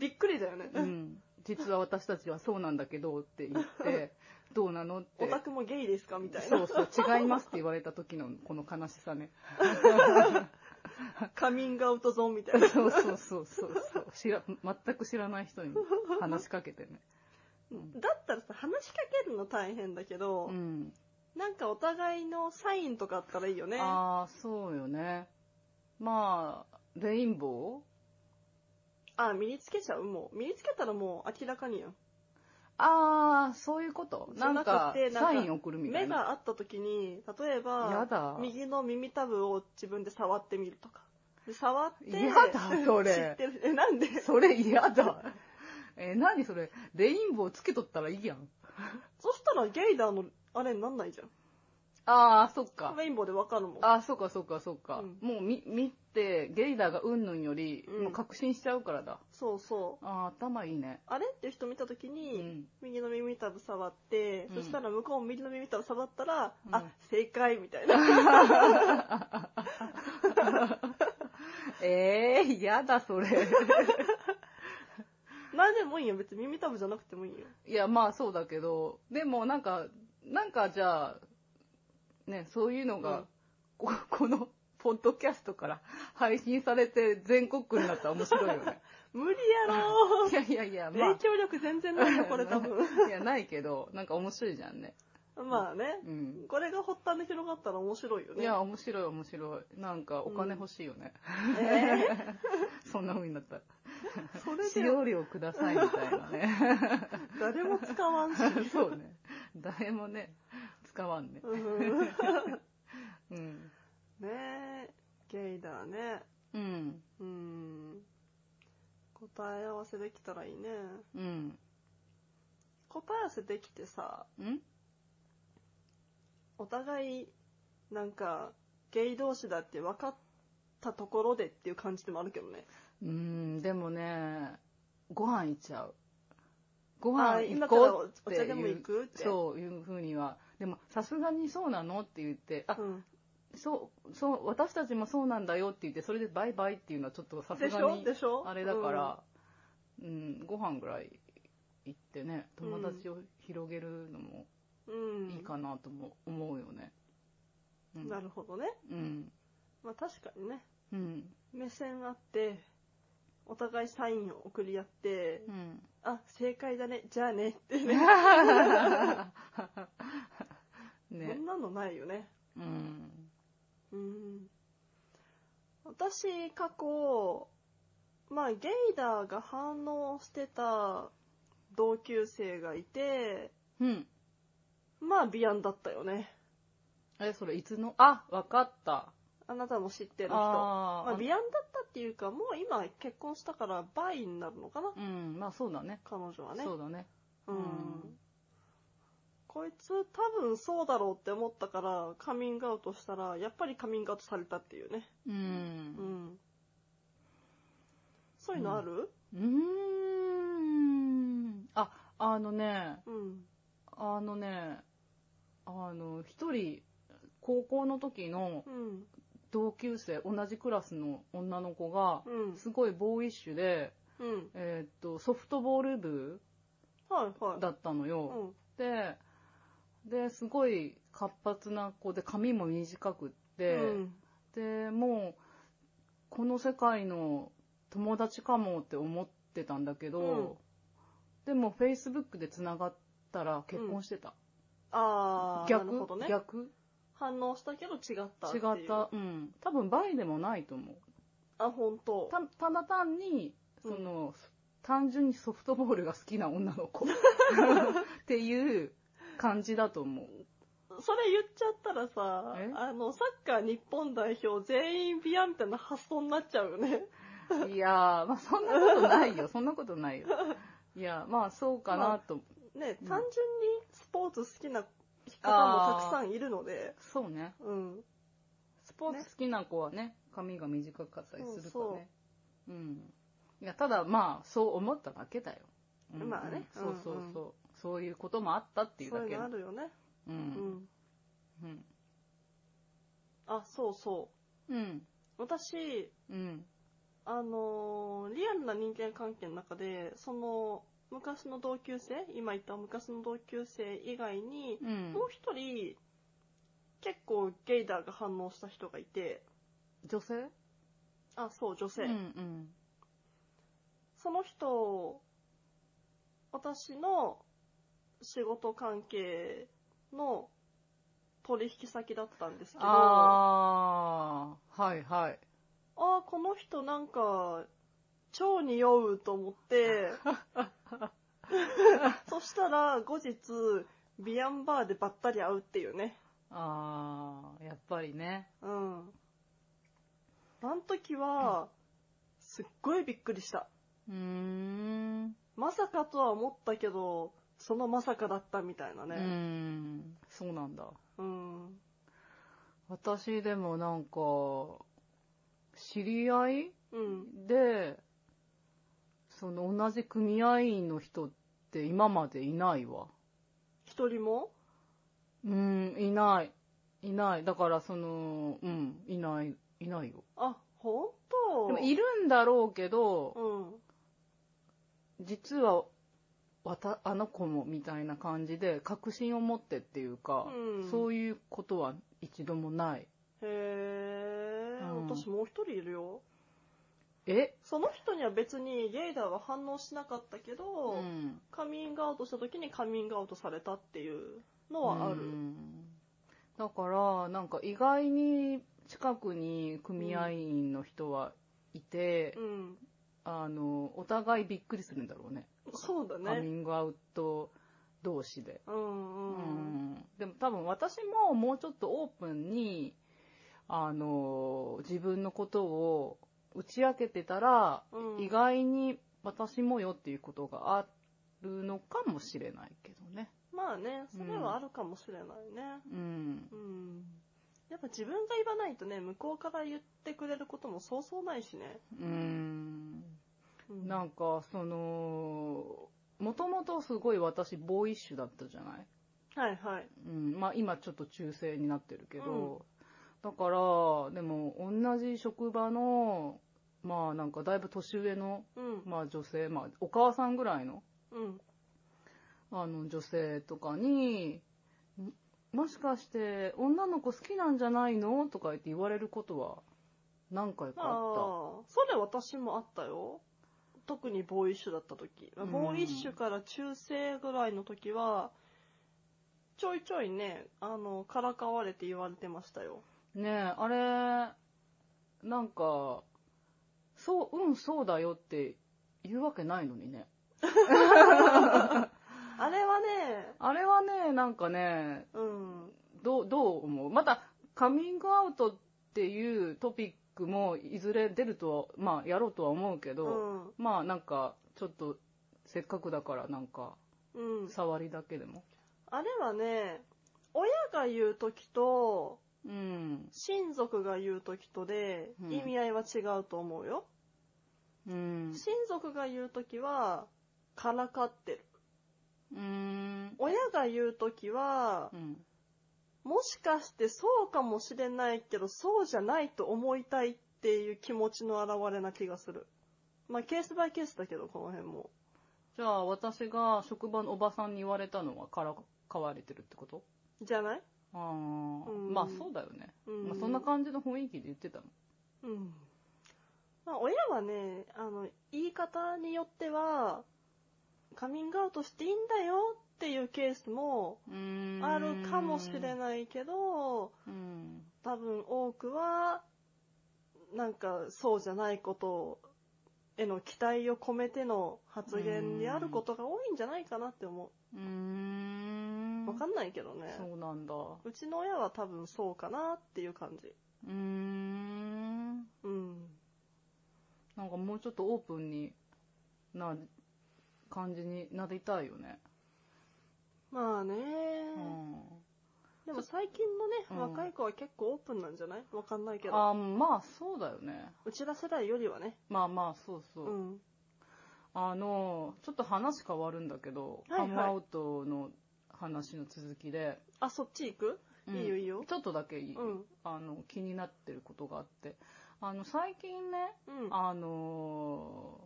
Speaker 1: びっくりだよね。
Speaker 2: うん。実は私たちはそうなんだけどって言って、どうなのっ
Speaker 1: (laughs)
Speaker 2: て。
Speaker 1: オタクもゲイですかみたい
Speaker 2: そ
Speaker 1: な
Speaker 2: う。そう、違いますって言われた時のこの悲しさね。
Speaker 1: カミングアウトゾーンみたいな。
Speaker 2: そうそうそうそうそう知ら。全く知らない人に話しかけてね。うん
Speaker 1: だったらさ、話しかけるの大変だけど、
Speaker 2: (laughs) うん。
Speaker 1: なんかお互いのサインとかあったらいいよね。あ
Speaker 2: ああ、そうよね。まあ、レインボー
Speaker 1: あ、身につけちゃうもう。身につけたらもう明らかによ。
Speaker 2: ああ、そういうこと。
Speaker 1: じゃ
Speaker 2: なん
Speaker 1: なく
Speaker 2: か
Speaker 1: て、なんか
Speaker 2: サイン送るみた
Speaker 1: 目
Speaker 2: いな。
Speaker 1: があった時に、例え
Speaker 2: や
Speaker 1: ば、
Speaker 2: だ。
Speaker 1: 右の耳たぶを自分で触ってみるとか。で触って、
Speaker 2: やだ、そ
Speaker 1: 知っ
Speaker 2: れ。
Speaker 1: てる。え、なんで
Speaker 2: それ嫌だ。えー、何それ。レインボーつけとったらいいやん。
Speaker 1: (laughs) そしたらゲイダーのあれになんないじゃん。
Speaker 2: ああ、そっか。
Speaker 1: レインボーでわかるもん。
Speaker 2: ああ、そっかそっかそっか。
Speaker 1: うん
Speaker 2: もう見、見て、ゲイダーがうんぬんより、
Speaker 1: うん
Speaker 2: もう確信しちゃうからだ。
Speaker 1: そうそう。
Speaker 2: ああ、頭いいね。
Speaker 1: あれっていう人見た時
Speaker 2: う
Speaker 1: に、
Speaker 2: ん。
Speaker 1: 右の耳たぶ触って、
Speaker 2: うん
Speaker 1: そしたら向こうも右の耳たぶ触ったら、
Speaker 2: うん
Speaker 1: あ、正解みたい
Speaker 2: (laughs)
Speaker 1: な。
Speaker 2: ええー、嫌だ、それ。
Speaker 1: なんでもいいよ、別に耳たぶじゃなくてもいいよ。
Speaker 2: いや、まあそうだけど、でもなんか、なんかじゃあ、ね、そういうのが、
Speaker 1: うん
Speaker 2: こ (laughs)
Speaker 1: (laughs)
Speaker 2: この、ポッドキャストから配信されて全国区になったら面白いよね。
Speaker 1: 無理やろ
Speaker 2: いやいやいや、 (laughs) まあ
Speaker 1: 影、響力全然ないよ、これ多
Speaker 2: (laughs)
Speaker 1: 分。
Speaker 2: いや、ないけど、なんか面白いじゃんね。
Speaker 1: まあね。
Speaker 2: うん。
Speaker 1: これが発端で広がったら面白いよね。
Speaker 2: いや、面白い面白い。なんか、お金欲しいよね。
Speaker 1: え
Speaker 2: そんな風になったら。
Speaker 1: ーそれ
Speaker 2: 使
Speaker 1: で
Speaker 2: 用料くださいみたい
Speaker 1: (laughs)
Speaker 2: なね。
Speaker 1: 誰も使わんし。
Speaker 2: そうね。誰もね、使わんね。
Speaker 1: うん
Speaker 2: うん。
Speaker 1: ねえ、ゲイだね。
Speaker 2: うん。
Speaker 1: うん。答え合わせできたらいいね。
Speaker 2: うん。
Speaker 1: 答え合わせできてさ、
Speaker 2: うん
Speaker 1: お互い、なんか、ゲイ同士だって分かったところでっていう感じでもあるけどね。
Speaker 2: うん、でもね、ご飯行っちゃう。ご
Speaker 1: あ
Speaker 2: 飯
Speaker 1: ー
Speaker 2: 行
Speaker 1: 今から
Speaker 2: こ
Speaker 1: お
Speaker 2: う
Speaker 1: お
Speaker 2: って
Speaker 1: 茶でも
Speaker 2: い
Speaker 1: 行
Speaker 2: う、
Speaker 1: くって。
Speaker 2: そういうふうには。でも、さすがにそうなのって言って、あ、
Speaker 1: うん。
Speaker 2: そう、そう、私たちもそうなんだよって言って、それでバイバイっていうのはちょっとさす
Speaker 1: でし
Speaker 2: が
Speaker 1: ょ
Speaker 2: に、
Speaker 1: でしょ
Speaker 2: あれだか、ら、うん、ご飯ぐらい行ってね、友達を広げるのも
Speaker 1: うん。うん
Speaker 2: いいかなとも思うよね。うん
Speaker 1: なるほどね。
Speaker 2: うん。
Speaker 1: まあ確かにね、
Speaker 2: うん。
Speaker 1: 目線あって、お互いサインを送り合って、
Speaker 2: うん。
Speaker 1: あ、正解だね、じゃあねってね。そ
Speaker 2: ね
Speaker 1: ん。なのないよね。
Speaker 2: うん。
Speaker 1: うん。私、過去、まあ、ゲイダーが反応してた同級生がいて、
Speaker 2: うん。
Speaker 1: まあ、ビアンだったよね。
Speaker 2: え、それいつのあ、わかった。
Speaker 1: あなたも知ってる人。
Speaker 2: あ
Speaker 1: まあ、
Speaker 2: ー
Speaker 1: ビアンだったっていうか、もう今結婚したから、バイになるのかな
Speaker 2: うん、まあそうだね。
Speaker 1: 彼女はね。
Speaker 2: そうだね。
Speaker 1: うん
Speaker 2: うん
Speaker 1: こいつ多分そうだろうって思ったからカミングアウトしたらやっぱりカミングアウトされたっていうね。
Speaker 2: う。
Speaker 1: うんん。そういうのある
Speaker 2: うーん。あ、あのね、
Speaker 1: うん。
Speaker 2: あのね、あの、一人、高校の時の
Speaker 1: うん。
Speaker 2: 同級生、同じクラスの女の子が、
Speaker 1: うん。
Speaker 2: すごいボーイッシュで、
Speaker 1: うん。
Speaker 2: えーっと、ソフトボール部
Speaker 1: はいはい。
Speaker 2: だったの
Speaker 1: う
Speaker 2: よ。
Speaker 1: ん。
Speaker 2: で、で、すごい活発な子で、髪も短くって、
Speaker 1: うん。
Speaker 2: でもうこの世界の友達かもって思ってたんだけど、でも Facebook でつながったら結婚してた、
Speaker 1: あー、な
Speaker 2: 逆、
Speaker 1: るほどね。
Speaker 2: 逆
Speaker 1: 反応したけど違ったっていう。
Speaker 2: 違ったうん多分倍でもないと思う
Speaker 1: あ、本当。
Speaker 2: たただ単にその、単純にソフトボールが好きな女
Speaker 1: (laughs)
Speaker 2: の子っていう感じだと思う
Speaker 1: (laughs) それ言っちゃったらさ
Speaker 2: え、
Speaker 1: あの、サッカー日本代表全員ビアンみたいな発想になっちゃうよね。
Speaker 2: いやー、まあ、そんなことないよそんなことないよいやまあそうかなと、
Speaker 1: ね、
Speaker 2: うん
Speaker 1: 単純にスポーツ好きな方もたくさんいるので、
Speaker 2: そうね
Speaker 1: うん。
Speaker 2: スポーツ好きな子はね、髪が短かったりすると
Speaker 1: そう
Speaker 2: ね。うん。いや、ただまあ、そう思っただけだよ。うん
Speaker 1: まあね
Speaker 2: そうそう
Speaker 1: うんうん
Speaker 2: そう。そういうこともあったっていう
Speaker 1: そ
Speaker 2: だ
Speaker 1: うい
Speaker 2: け
Speaker 1: うのあ
Speaker 2: の。
Speaker 1: るよね。
Speaker 2: う。
Speaker 1: うんん。
Speaker 2: うん。
Speaker 1: あ、そうそ
Speaker 2: うん。
Speaker 1: う。私、
Speaker 2: うん。
Speaker 1: あのーリアルな人間関係の中で、その、昔の同級生、今言った昔の同級生以外に、
Speaker 2: うん
Speaker 1: もう一人、結構ゲイダーが反応した人がいて、
Speaker 2: 女性
Speaker 1: あ、そう、女性。
Speaker 2: うんうん。
Speaker 1: その人、私の仕事関係の取引先だったんですけど、あ
Speaker 2: あー、はいはい。
Speaker 1: あー、この人なんか、超に酔うと思 (laughs) って、そしたら後日、ビアンバーでばったり会うっていうね。
Speaker 2: あー、やっぱりね。
Speaker 1: うん。あの時は、すっごいびっくりした。
Speaker 2: うーん。
Speaker 1: まさかとは思ったけど、そのまさかだったみたいな
Speaker 2: う
Speaker 1: ね。
Speaker 2: ん。そうなんだ。
Speaker 1: うん。
Speaker 2: 私でもなんか、知り合い
Speaker 1: うん。
Speaker 2: で、その同じ組合員の人って今までいないわ。
Speaker 1: 一人も
Speaker 2: うん、いない。いない。だからその、うん、いない、いないよ。
Speaker 1: あ、本
Speaker 2: で
Speaker 1: 当
Speaker 2: もいるんだろうけど、
Speaker 1: うん。
Speaker 2: 実は、わた、あの子もみたいな感じで、確信を持ってっていうか、
Speaker 1: うん
Speaker 2: そういうことは一度もない。
Speaker 1: へえ、
Speaker 2: うん
Speaker 1: 私もう一人いるよ。
Speaker 2: え
Speaker 1: その人には別にゲイだは反応しなかったけど、
Speaker 2: うん。
Speaker 1: カミングアウトした時にカミングアウトされたっていうのはある。
Speaker 2: うんだから、なんか意外に近くに組合員の人はいて、
Speaker 1: うん。
Speaker 2: あの、お互いびっくりするんだろうね。
Speaker 1: そうだ
Speaker 2: カミ
Speaker 1: ね。
Speaker 2: ングアウト同士で。
Speaker 1: うんうん。
Speaker 2: でも多分私ももうちょっとオープンに、あの、自分のことを打ち明けてたら、
Speaker 1: うん
Speaker 2: 意外に私もよっていうことがあるのかもしれないけどね。
Speaker 1: まあね、それはあるかもしれないね。
Speaker 2: うん
Speaker 1: う。ん。やっぱ自分が言わないとね、向こうから言ってくれることもそうそうないしね。
Speaker 2: うん。
Speaker 1: うん
Speaker 2: なんか、その、もともとすごい私ボーイッシュだったじゃない
Speaker 1: はいはい。
Speaker 2: うん、まあ今ちょっと中性になってるけど、だから、でも同じ職場の、まあなんかだいぶ年上の、
Speaker 1: うん。
Speaker 2: まあ女性、まあお母さんぐらいの、
Speaker 1: うん。
Speaker 2: あの女性とかに、んもしかして女の子好きなんじゃないのとか言って言われることは何回か
Speaker 1: まあ
Speaker 2: あっ、
Speaker 1: それ私もあったよ。特にボーイッシュだった時。
Speaker 2: うん
Speaker 1: ボーイッシュから中性ぐらいの時は、ちょいちょいね、あの、からかわれて言われてましたよ。
Speaker 2: た。ねえ、あれ、なんか、そう、うん、そうだよって言うわけないのにね。
Speaker 1: あれはね、
Speaker 2: あれはね、なんかね、
Speaker 1: うん。
Speaker 2: どう、どう思うまた、カミングアウトっていうトピックもいずれ出るとは、まあ、やろうとは思うけ
Speaker 1: う
Speaker 2: ど、
Speaker 1: ん。
Speaker 2: まあ、なんか、ちょっと、せっかくだから、なんか、
Speaker 1: うん。
Speaker 2: 触りだけでも。
Speaker 1: あれはね、親が言う時と、
Speaker 2: うん。
Speaker 1: 親族が言う時とで
Speaker 2: う、ん
Speaker 1: 意味合いは違うと思うよ。
Speaker 2: うん。
Speaker 1: 親族が言う時は、からかってる。
Speaker 2: うん。
Speaker 1: 親が言う時は
Speaker 2: う、ん。
Speaker 1: もしかしてそうかもしれないけど、そうじゃないと思いたいっていう気持ちの表れな気がする。まあ、ケースバイケースだけど、この辺も。
Speaker 2: じゃあ、私が職場のおばさんに言われたのは、からかわれてるってこと
Speaker 1: じゃない
Speaker 2: ああ、
Speaker 1: うん
Speaker 2: まあ、そうだよね。
Speaker 1: うん
Speaker 2: まあ、そんな感じの雰囲気で言ってたの。
Speaker 1: うん。まあ、親はね、あの、言い方によっては、カミングアウトしていいんだよっていうケースも
Speaker 2: うん
Speaker 1: あるかもしれ
Speaker 2: い。
Speaker 1: ないけど、
Speaker 2: うん。
Speaker 1: 多分多くは、なんかそうじゃないことへの期待を込めての発言であることが多いんじゃないかなって思
Speaker 2: うーん
Speaker 1: う。わかんないけどね。
Speaker 2: そうなんだ。う
Speaker 1: うちの親は多分そうかなっていう感じ。
Speaker 2: ーん。
Speaker 1: うん。
Speaker 2: なんかもうちょっとオープンにな感じになりたいよね。
Speaker 1: まあね、
Speaker 2: うん。
Speaker 1: でも最近のね、
Speaker 2: うん
Speaker 1: 若い子は結構オープンなんじゃないわかんないけど。
Speaker 2: あ、まあそうだよね。
Speaker 1: うちら世代よりはね。
Speaker 2: まあまあそうそうう。
Speaker 1: ん。
Speaker 2: あの、ちょっと話変わるんだけど、
Speaker 1: はいはい
Speaker 2: カムアウトの話の続きで、
Speaker 1: あ、そっち行く、
Speaker 2: うん
Speaker 1: いいよいいよ。
Speaker 2: ちょっとだけいい、
Speaker 1: うん。
Speaker 2: あの気になってることがあって、あの最近ね、
Speaker 1: うん。
Speaker 2: あの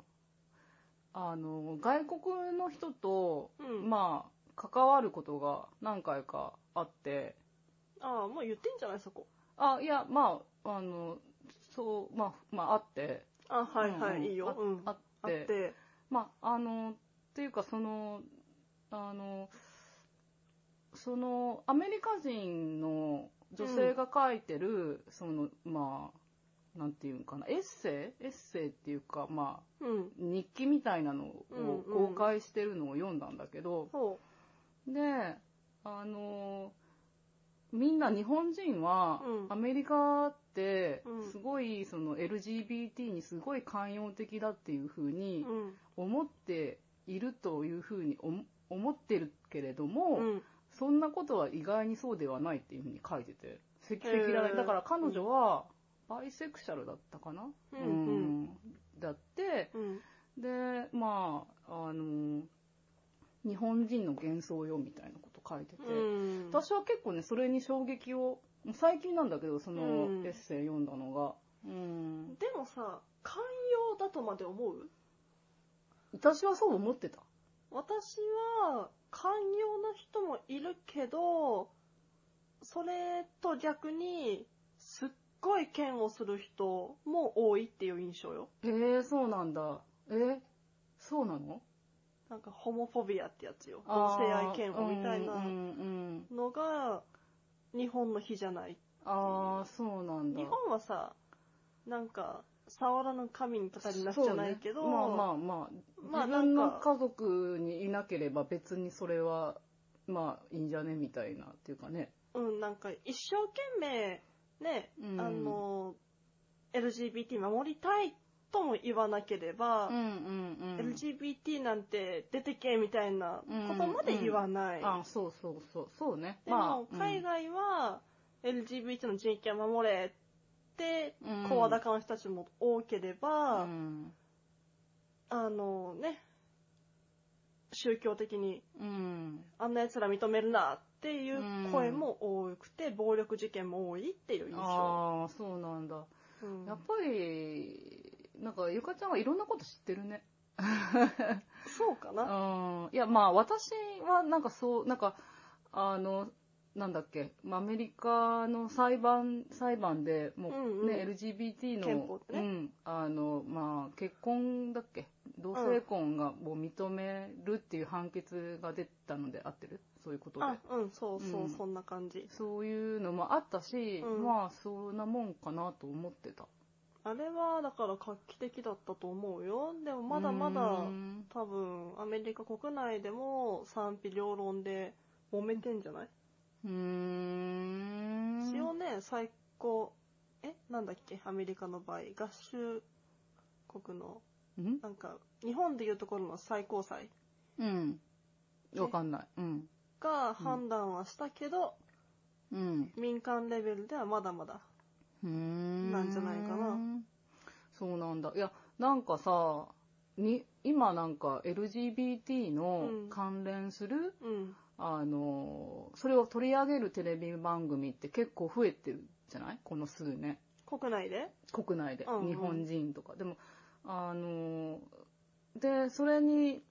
Speaker 2: あの外国の人と
Speaker 1: うん。
Speaker 2: まあ、関わることが何回かあって、
Speaker 1: ああ、もう言ってんじゃないそこ。
Speaker 2: あ、いや、まあ、あの、そう、まあ、まあ、あって、
Speaker 1: あ、はいはい、
Speaker 2: うんうん
Speaker 1: いいよ。うん。
Speaker 2: あ
Speaker 1: あ
Speaker 2: って、
Speaker 1: って。
Speaker 2: まあ、あの、っていうか、その、あの、その、アメリカ人の女性が書いてる、その、まあ、なんていうんかな、エッセイエッセイっていうか、まあ、
Speaker 1: うん。
Speaker 2: 日記みたいなのを
Speaker 1: うんうん
Speaker 2: 公開してるのを読んだんだけど、
Speaker 1: ほ
Speaker 2: で、あのーみんな日本人は、
Speaker 1: うん
Speaker 2: アメリカって
Speaker 1: うん、
Speaker 2: すごい、その LGBT にすごい寛容的だっていうふう
Speaker 1: う。
Speaker 2: に
Speaker 1: うん。
Speaker 2: 思っているというふうに思思ってるけれども、
Speaker 1: うん。
Speaker 2: そんなことは意外にそうではないっていうふうに書いてて、赤
Speaker 1: へ
Speaker 2: 裸
Speaker 1: ー
Speaker 2: 々だから彼女は、バイセクシャルだったかな、
Speaker 1: うんうん
Speaker 2: んだって、
Speaker 1: うん。
Speaker 2: で、まあ、あのー日本人の幻想よみたいなこと書いてて、
Speaker 1: うん。
Speaker 2: 私は結構ね、それに衝撃を、もう最近なんだけど、その
Speaker 1: うん
Speaker 2: エッセイ読んだのが。うん。
Speaker 1: でもさ、寛容だとまで思う
Speaker 2: 私はそう思ってた。
Speaker 1: 私は、寛容な人もいるけど、それと逆に、すっごい嫌悪する人も多いっていう印象よ。
Speaker 2: えー、そうなんだ。えー、そうなの
Speaker 1: なんかホモフォビアってやつよ。同性愛嫌悪みたい
Speaker 2: あーう
Speaker 1: なん
Speaker 2: うんうん
Speaker 1: のが日本の日じゃない。
Speaker 2: あー、そうなんだ。
Speaker 1: 日本はさ、なんか触らぬ神に語りなくじゃないけど、
Speaker 2: そうねまあまあまあ、
Speaker 1: まあ
Speaker 2: 自分
Speaker 1: な
Speaker 2: の
Speaker 1: んか
Speaker 2: 家族にいなければ別にそれは、まあいいんじゃねみたいなっていうかね。
Speaker 1: うん、なんか一生懸命ね、
Speaker 2: うん
Speaker 1: あの、LGBT 守りたいとも言わなければ、
Speaker 2: うんうんうん。
Speaker 1: LGBT なんて出てけみたいなことまで言わない。
Speaker 2: あ、そうそうそう、そうね。
Speaker 1: でも、海
Speaker 2: 外
Speaker 1: 外は LGBT の人権は守れって、
Speaker 2: うん
Speaker 1: 声高の人たちも多ければ、
Speaker 2: うん
Speaker 1: あのね、宗教的に
Speaker 2: うん。
Speaker 1: あんな奴ら認めるなっていう声も多くて、暴力事件も多いっていう印象。
Speaker 2: ああ、そうなんだ。
Speaker 1: うん
Speaker 2: やっぱり、なんか、ゆかちゃんはいろんなこと知ってるね。
Speaker 1: そうか
Speaker 2: う
Speaker 1: な。
Speaker 2: ん。いや、まあ、私は、なんかそう、なんか、あの、なんだっけ、まあアメリカの裁判、裁判でもう
Speaker 1: うんうん
Speaker 2: ね、LGBT の、
Speaker 1: 憲法ってね
Speaker 2: うん、あの、まあ、結婚だっけ、同性婚がもう認めるっていう判決が出たので合ってるそういうことで。
Speaker 1: あ、うん、そうそう、
Speaker 2: うん
Speaker 1: そんな感じ。
Speaker 2: そういうのもあったし、
Speaker 1: うん
Speaker 2: まあ、そんなもんかなと思ってた。
Speaker 1: あれは、だから画期的だったと思うよ。でも、まだまだ
Speaker 2: う、ん
Speaker 1: 多分、アメリカ国内でも賛否両論で揉めてんじゃない、
Speaker 2: うーん。
Speaker 1: 一応ね、最高、え、なんだっけ、アメリカの場合、合衆国の、
Speaker 2: うん
Speaker 1: なんか、日本でいうところの最高裁
Speaker 2: うん。わかんない。うん。
Speaker 1: が判断はしたけど、
Speaker 2: うん。
Speaker 1: 民間レベルではまだまだ。
Speaker 2: うーん。
Speaker 1: なんじゃないかな。
Speaker 2: そうなんだ。いや、なんかさ、に、今なんか LGBT の
Speaker 1: うん
Speaker 2: 関連する、
Speaker 1: うん。
Speaker 2: あの、それを取り上げるテレビ番組って結構増えてるじゃないこの数年。
Speaker 1: 国内で
Speaker 2: 国内で、
Speaker 1: うんうん
Speaker 2: 日本人とかでもあのーでそれに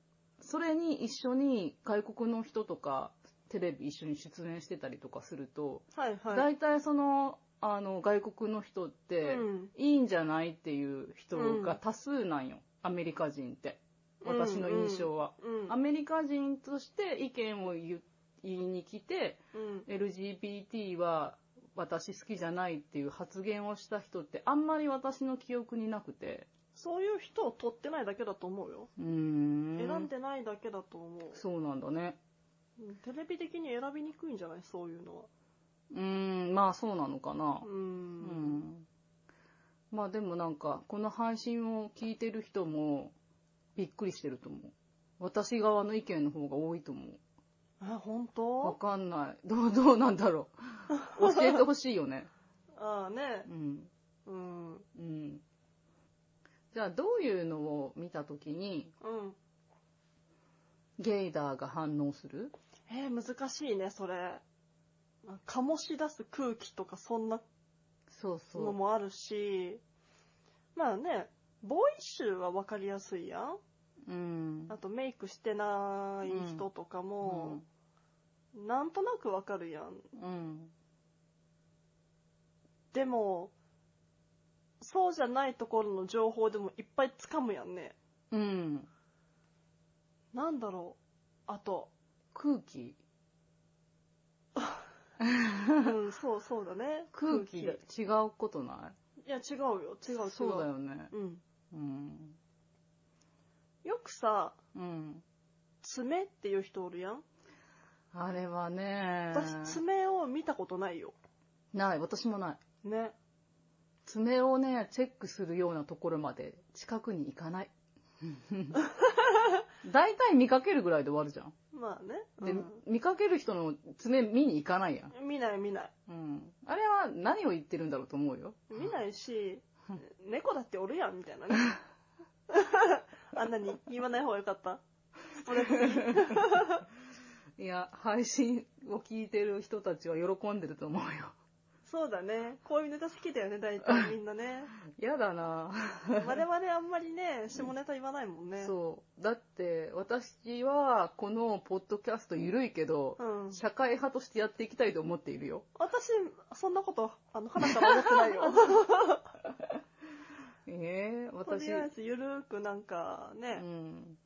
Speaker 2: それに一緒に外国の人とかテレビ一緒に出演してたりとかすると、
Speaker 1: はいはい。
Speaker 2: 大体そのあの外国の人って、
Speaker 1: うん
Speaker 2: いいんじゃないっていう人が多数なんよ、アメリカ人って私の印象は、
Speaker 1: うん。
Speaker 2: アメリカ人として意見を言う言いに来て
Speaker 1: うん。
Speaker 2: LGBT は私好きじゃないっていう発言をした人ってあんまり私の記憶になくて。
Speaker 1: そういう人を取ってないだけだと思うよ。
Speaker 2: うーん
Speaker 1: 選んでないだけだと思う。
Speaker 2: そうなんだね。
Speaker 1: うんテレビ的に選びにくいんじゃないそういうのは。
Speaker 2: うーん、まあそうなのかな
Speaker 1: う。。
Speaker 2: うんん。まあでもなんか、この配信を聞いてる人もびっくりしてると思う。私側の意見の方が多いと思う。
Speaker 1: あ、本
Speaker 2: わ
Speaker 1: 当
Speaker 2: かんない。どう、どうなんだろう。教えてほしいよね。
Speaker 1: ああね
Speaker 2: う。ん。
Speaker 1: うん。うん。
Speaker 2: うん。じゃあどういうのを見たときに、ゲイダーが反応する
Speaker 1: えー難しいね、それ。まあ醸し出す空気とかそんな
Speaker 2: そうそう。
Speaker 1: のもあるし、まあね、ボーイッシュはわかりやすいやん。
Speaker 2: うん。
Speaker 1: あとメイクしてない人とかも、なんとなくわかるやん。
Speaker 2: うん。
Speaker 1: でも、そうじゃないところの情報でもいっぱい掴むやんね。
Speaker 2: うん。
Speaker 1: なんだろう。あと、
Speaker 2: 空気
Speaker 1: うん、そうそうだね。
Speaker 2: 空気が違うことない
Speaker 1: や、違うよ。違
Speaker 2: いう
Speaker 1: 違う。
Speaker 2: そうだよね。
Speaker 1: うん。
Speaker 2: うん。
Speaker 1: よくさ、
Speaker 2: うん。
Speaker 1: 爪っていう人おるやん。
Speaker 2: あれはね、
Speaker 1: 私、爪を見たことないよ。
Speaker 2: ない、私もない。
Speaker 1: ね。
Speaker 2: 爪をね、チェックするようなところまで近くに行か (laughs) ない。大体見かけるぐらいで終わるじゃん。
Speaker 1: まあね。
Speaker 2: で、
Speaker 1: うん
Speaker 2: 見かける人の爪見に行かないやん。
Speaker 1: 見ない見ない。
Speaker 2: うん。あれは何を言ってるんだろうと思うよ。
Speaker 1: 見ないし、猫だっておるやん、みたい
Speaker 2: (laughs)
Speaker 1: なね。あんなに言わない方がよかった。ストレス。
Speaker 2: (laughs) いや、配信を聞いてる人たちは喜んでると思うよ。
Speaker 1: そうだね。こういうネタ好きだよね、大体みんなね。
Speaker 2: 嫌だな
Speaker 1: 我々あんまりね、下ネタ言わないもんね。
Speaker 2: そう。だって、私は、このポッドキャスト緩いけど、
Speaker 1: うん。
Speaker 2: 社会派としてやっていきたいと思っているよ。
Speaker 1: 私、そんなこと、あの、話から思ってないよ。
Speaker 2: ええ
Speaker 1: と
Speaker 2: (laughs) 私、
Speaker 1: りあえ
Speaker 2: う
Speaker 1: ず、ゆるーくなんかね、
Speaker 2: ん。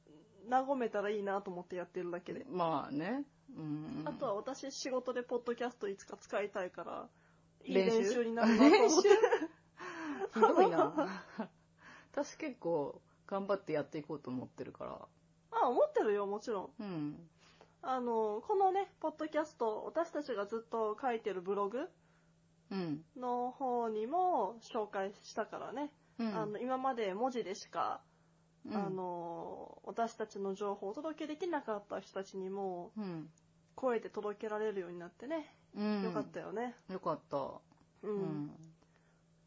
Speaker 1: 和めたらいいなと思ってやってるだけで。
Speaker 2: まあね。うん。
Speaker 1: あとは私、仕事でポッドキャストいつか使いたいから、いい
Speaker 2: 練習
Speaker 1: 練習になるなと
Speaker 2: (laughs)
Speaker 1: 思って。
Speaker 2: ひどいな (laughs) 私結構、頑張ってやっていこうと思ってるから。
Speaker 1: あ、思ってるよ、もちろん。
Speaker 2: うん。
Speaker 1: あの、このね、ポッドキャスト、私たちがずっと書いてるブログ
Speaker 2: うん。
Speaker 1: の方にも紹介したからね。
Speaker 2: うん
Speaker 1: あの、今まで文字でしか、
Speaker 2: うん
Speaker 1: あの、私たちの情報をお届けできなかった人たちにも、
Speaker 2: うん。
Speaker 1: 声で届けられるようになってね。
Speaker 2: うん。
Speaker 1: よかったよね。
Speaker 2: よかった。
Speaker 1: う。
Speaker 2: うん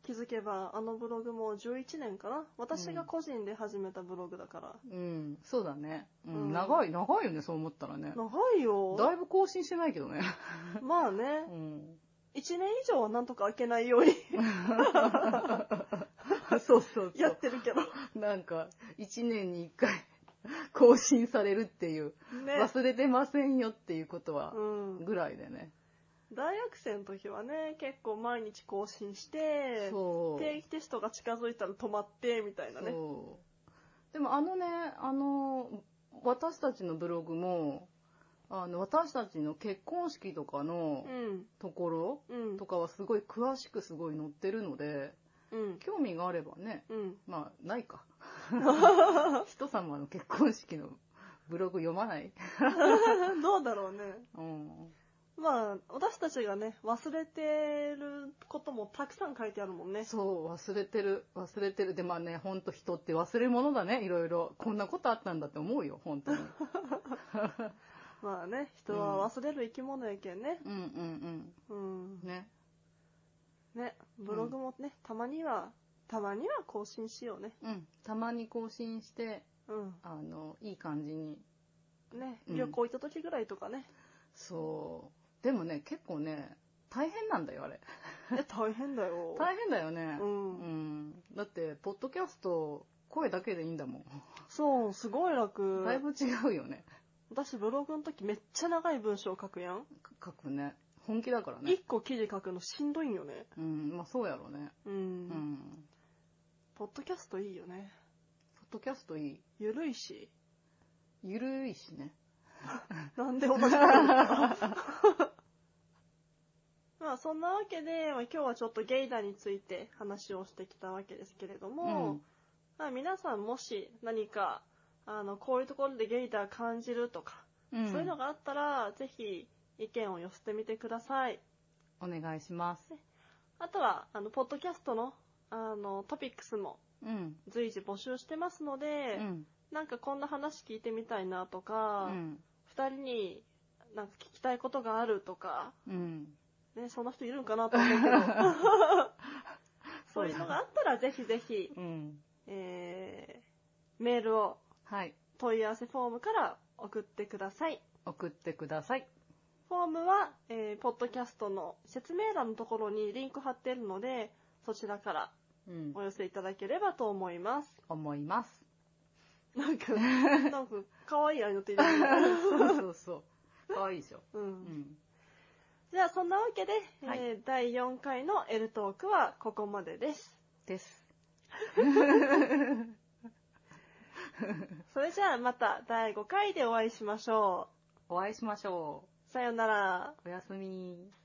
Speaker 1: 気づけば、あのブログも11年かな私が個人で始めたブログだから。
Speaker 2: うん。そうだね。う
Speaker 1: うん
Speaker 2: ん。長い、長いよね、そう思ったらね。
Speaker 1: 長いよ。
Speaker 2: だいぶ更新してないけどね。
Speaker 1: まあね
Speaker 2: う。ん。
Speaker 1: 1年以上はなんとか開けないように (laughs)
Speaker 2: (laughs) そうそうそ
Speaker 1: やっ
Speaker 2: う。
Speaker 1: てるけど。
Speaker 2: なんか、一年に一回 (laughs) 更新されるっていう、
Speaker 1: ね。
Speaker 2: 忘れてませんよっていうことは、
Speaker 1: うん。
Speaker 2: ぐらいでね。
Speaker 1: 大学生の時はね、結構毎日更新して、
Speaker 2: そう。
Speaker 1: 定期テストが近づいたら止まって、みたいなね。
Speaker 2: そう。でもあのね、あの、私たちのブログも、あの、私たちの結婚式とかの
Speaker 1: うん。
Speaker 2: ところ
Speaker 1: うん。
Speaker 2: とかはすごい詳しくすごい載ってるので、
Speaker 1: うん。
Speaker 2: 興味があればね、 (laughs)
Speaker 1: うん。
Speaker 2: まあ、ないか。人様の結婚式のブログ読まない
Speaker 1: どうだろうね。
Speaker 2: うん。
Speaker 1: まあ、私たちがね、忘れてることもたくさん書いてあるもんね。
Speaker 2: そう、忘れてる、忘れてる。で、まあね、ほんと人って忘れ物だね、いろいろ。こんなことあったんだって思うよ、本当に。
Speaker 1: まあね、人は忘れる生き物やけんね。
Speaker 2: うんうん
Speaker 1: うん
Speaker 2: うん。。ね。
Speaker 1: ね、ブログもね、たまには、たまには更新しようね。
Speaker 2: うん。たまに更新して、
Speaker 1: う
Speaker 2: あの、いい感じに。
Speaker 1: ん。ね、
Speaker 2: うん
Speaker 1: 旅行行った時ぐらいと
Speaker 2: (laughs)
Speaker 1: かね。
Speaker 2: そう。でもね、結構ね、大変なんだよ、あれ。
Speaker 1: え、大変だよ。
Speaker 2: 大変だよね
Speaker 1: う。。
Speaker 2: うんん。だって、ポッドキャスト、声だけでいいんだも
Speaker 1: そう、すごい楽
Speaker 2: ん。。だいぶ違うよね。
Speaker 1: 私ブログの時めっちゃ長い文章書くやん。
Speaker 2: 書くね。本気だからね
Speaker 1: 一。個記事書くのしんどいんよね。
Speaker 2: うん。まあ、そうやろうね。
Speaker 1: うん。
Speaker 2: うん。
Speaker 1: ポッドキャストいいよね。
Speaker 2: ポッドキャストいい。
Speaker 1: ゆるいし。
Speaker 2: ゆるいしね。
Speaker 1: なんで同じ (laughs) こと言ったまあそんなわけで、まあ、今日はちょっとゲイダについて話をしてきたわけですけれども、まあ、皆さんもし何か、あの、こういうところでゲイダ感じるとか、
Speaker 2: うん。うん
Speaker 1: そういうのがあったら、ぜひ意見を寄せてみてください。
Speaker 2: お願いします。
Speaker 1: あとは、あの、ポッドキャストの、あの、トピックスも
Speaker 2: うん。
Speaker 1: 随時募集してますの
Speaker 2: う
Speaker 1: で、
Speaker 2: ん。
Speaker 1: なんかこんな話聞いてみたいなと
Speaker 2: う
Speaker 1: か、
Speaker 2: ん。
Speaker 1: 二、人になんか聞きたいことがあるとか、
Speaker 2: うん。
Speaker 1: ね、そんな人いるんかなと思うけ
Speaker 2: (laughs)
Speaker 1: ど、そういうのがあったらぜひぜひ、
Speaker 2: うん。
Speaker 1: えー、メールを
Speaker 2: はい。
Speaker 1: 問い合わせフォームから送ってください。
Speaker 2: 送ってください。
Speaker 1: フォームは、えー、ポッドキャストの説明欄のところにリンク貼ってるので、そちらから
Speaker 2: うん
Speaker 1: お。寄せいただければと思います。
Speaker 2: 思います。
Speaker 1: なん
Speaker 2: (laughs)
Speaker 1: か、なんか、可愛い愛の手入れてる。
Speaker 2: そうそうそう。かわいいでしょ。
Speaker 1: う。
Speaker 2: うんん。
Speaker 1: じゃあ、そんなわけで、
Speaker 2: はい
Speaker 1: えー第4回の L トークはここまでです。
Speaker 2: です。
Speaker 1: それじゃあ、また第5回でお会いしましょ
Speaker 2: お会いしましょ
Speaker 1: う。さようなら。
Speaker 2: う。おやすみ。